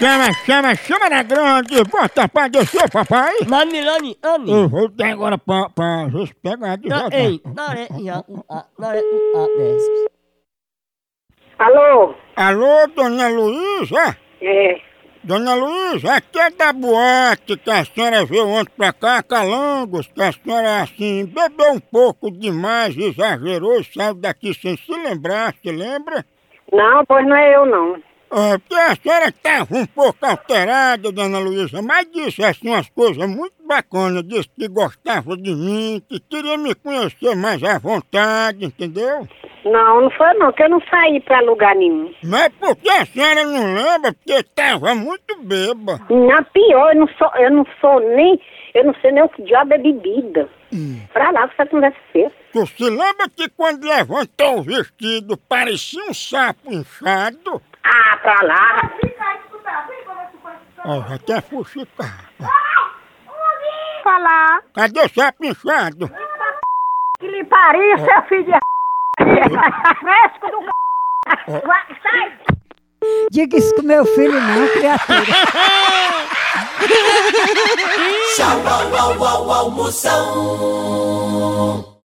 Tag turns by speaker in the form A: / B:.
A: chama, chama, chama na grande, bota pra descer, papai.
B: Na Milani, Ani.
A: Eu vou dar agora pra, pra ver se pega de
B: Na,
A: volta.
B: ei, na re, ia, u, a, na re, u, a, desce.
C: Alô?
A: Alô, dona Luísa?
C: É.
A: Dona Luísa, aqui é da boate que a senhora veio ontem pra cá, Calangos, que a senhora assim, bebeu um pouco demais, exagerou e saiu daqui sem se lembrar, se lembra?
C: Não, pois não é eu, não.
A: Ah, porque a senhora estava um pouco alterada, dona Luísa, mas disse assim umas coisas muito bacanas, disse que gostava de mim, que queria me conhecer mais à vontade, entendeu?
C: Não, não foi não, que eu não saí pra lugar nenhum.
A: Mas por que a senhora não lembra? Porque estava muito beba.
C: Na pior, eu não sou, eu não sou nem, eu não sei nem o que diabo é bebida. Pra lá que essa conversa fez.
A: Tu se lembra que quando levantou o vestido parecia um sapo inchado?
C: Ah, pra lá.
A: Ó, já até fuxicar.
C: Falar.
A: Cadê o sapo inchado?
C: Que lhe pariu, seu filho de Fresco do c... Sai!
D: Diga isso com meu filho, não, criatura.
E: Tchau, au, au, au, almoção.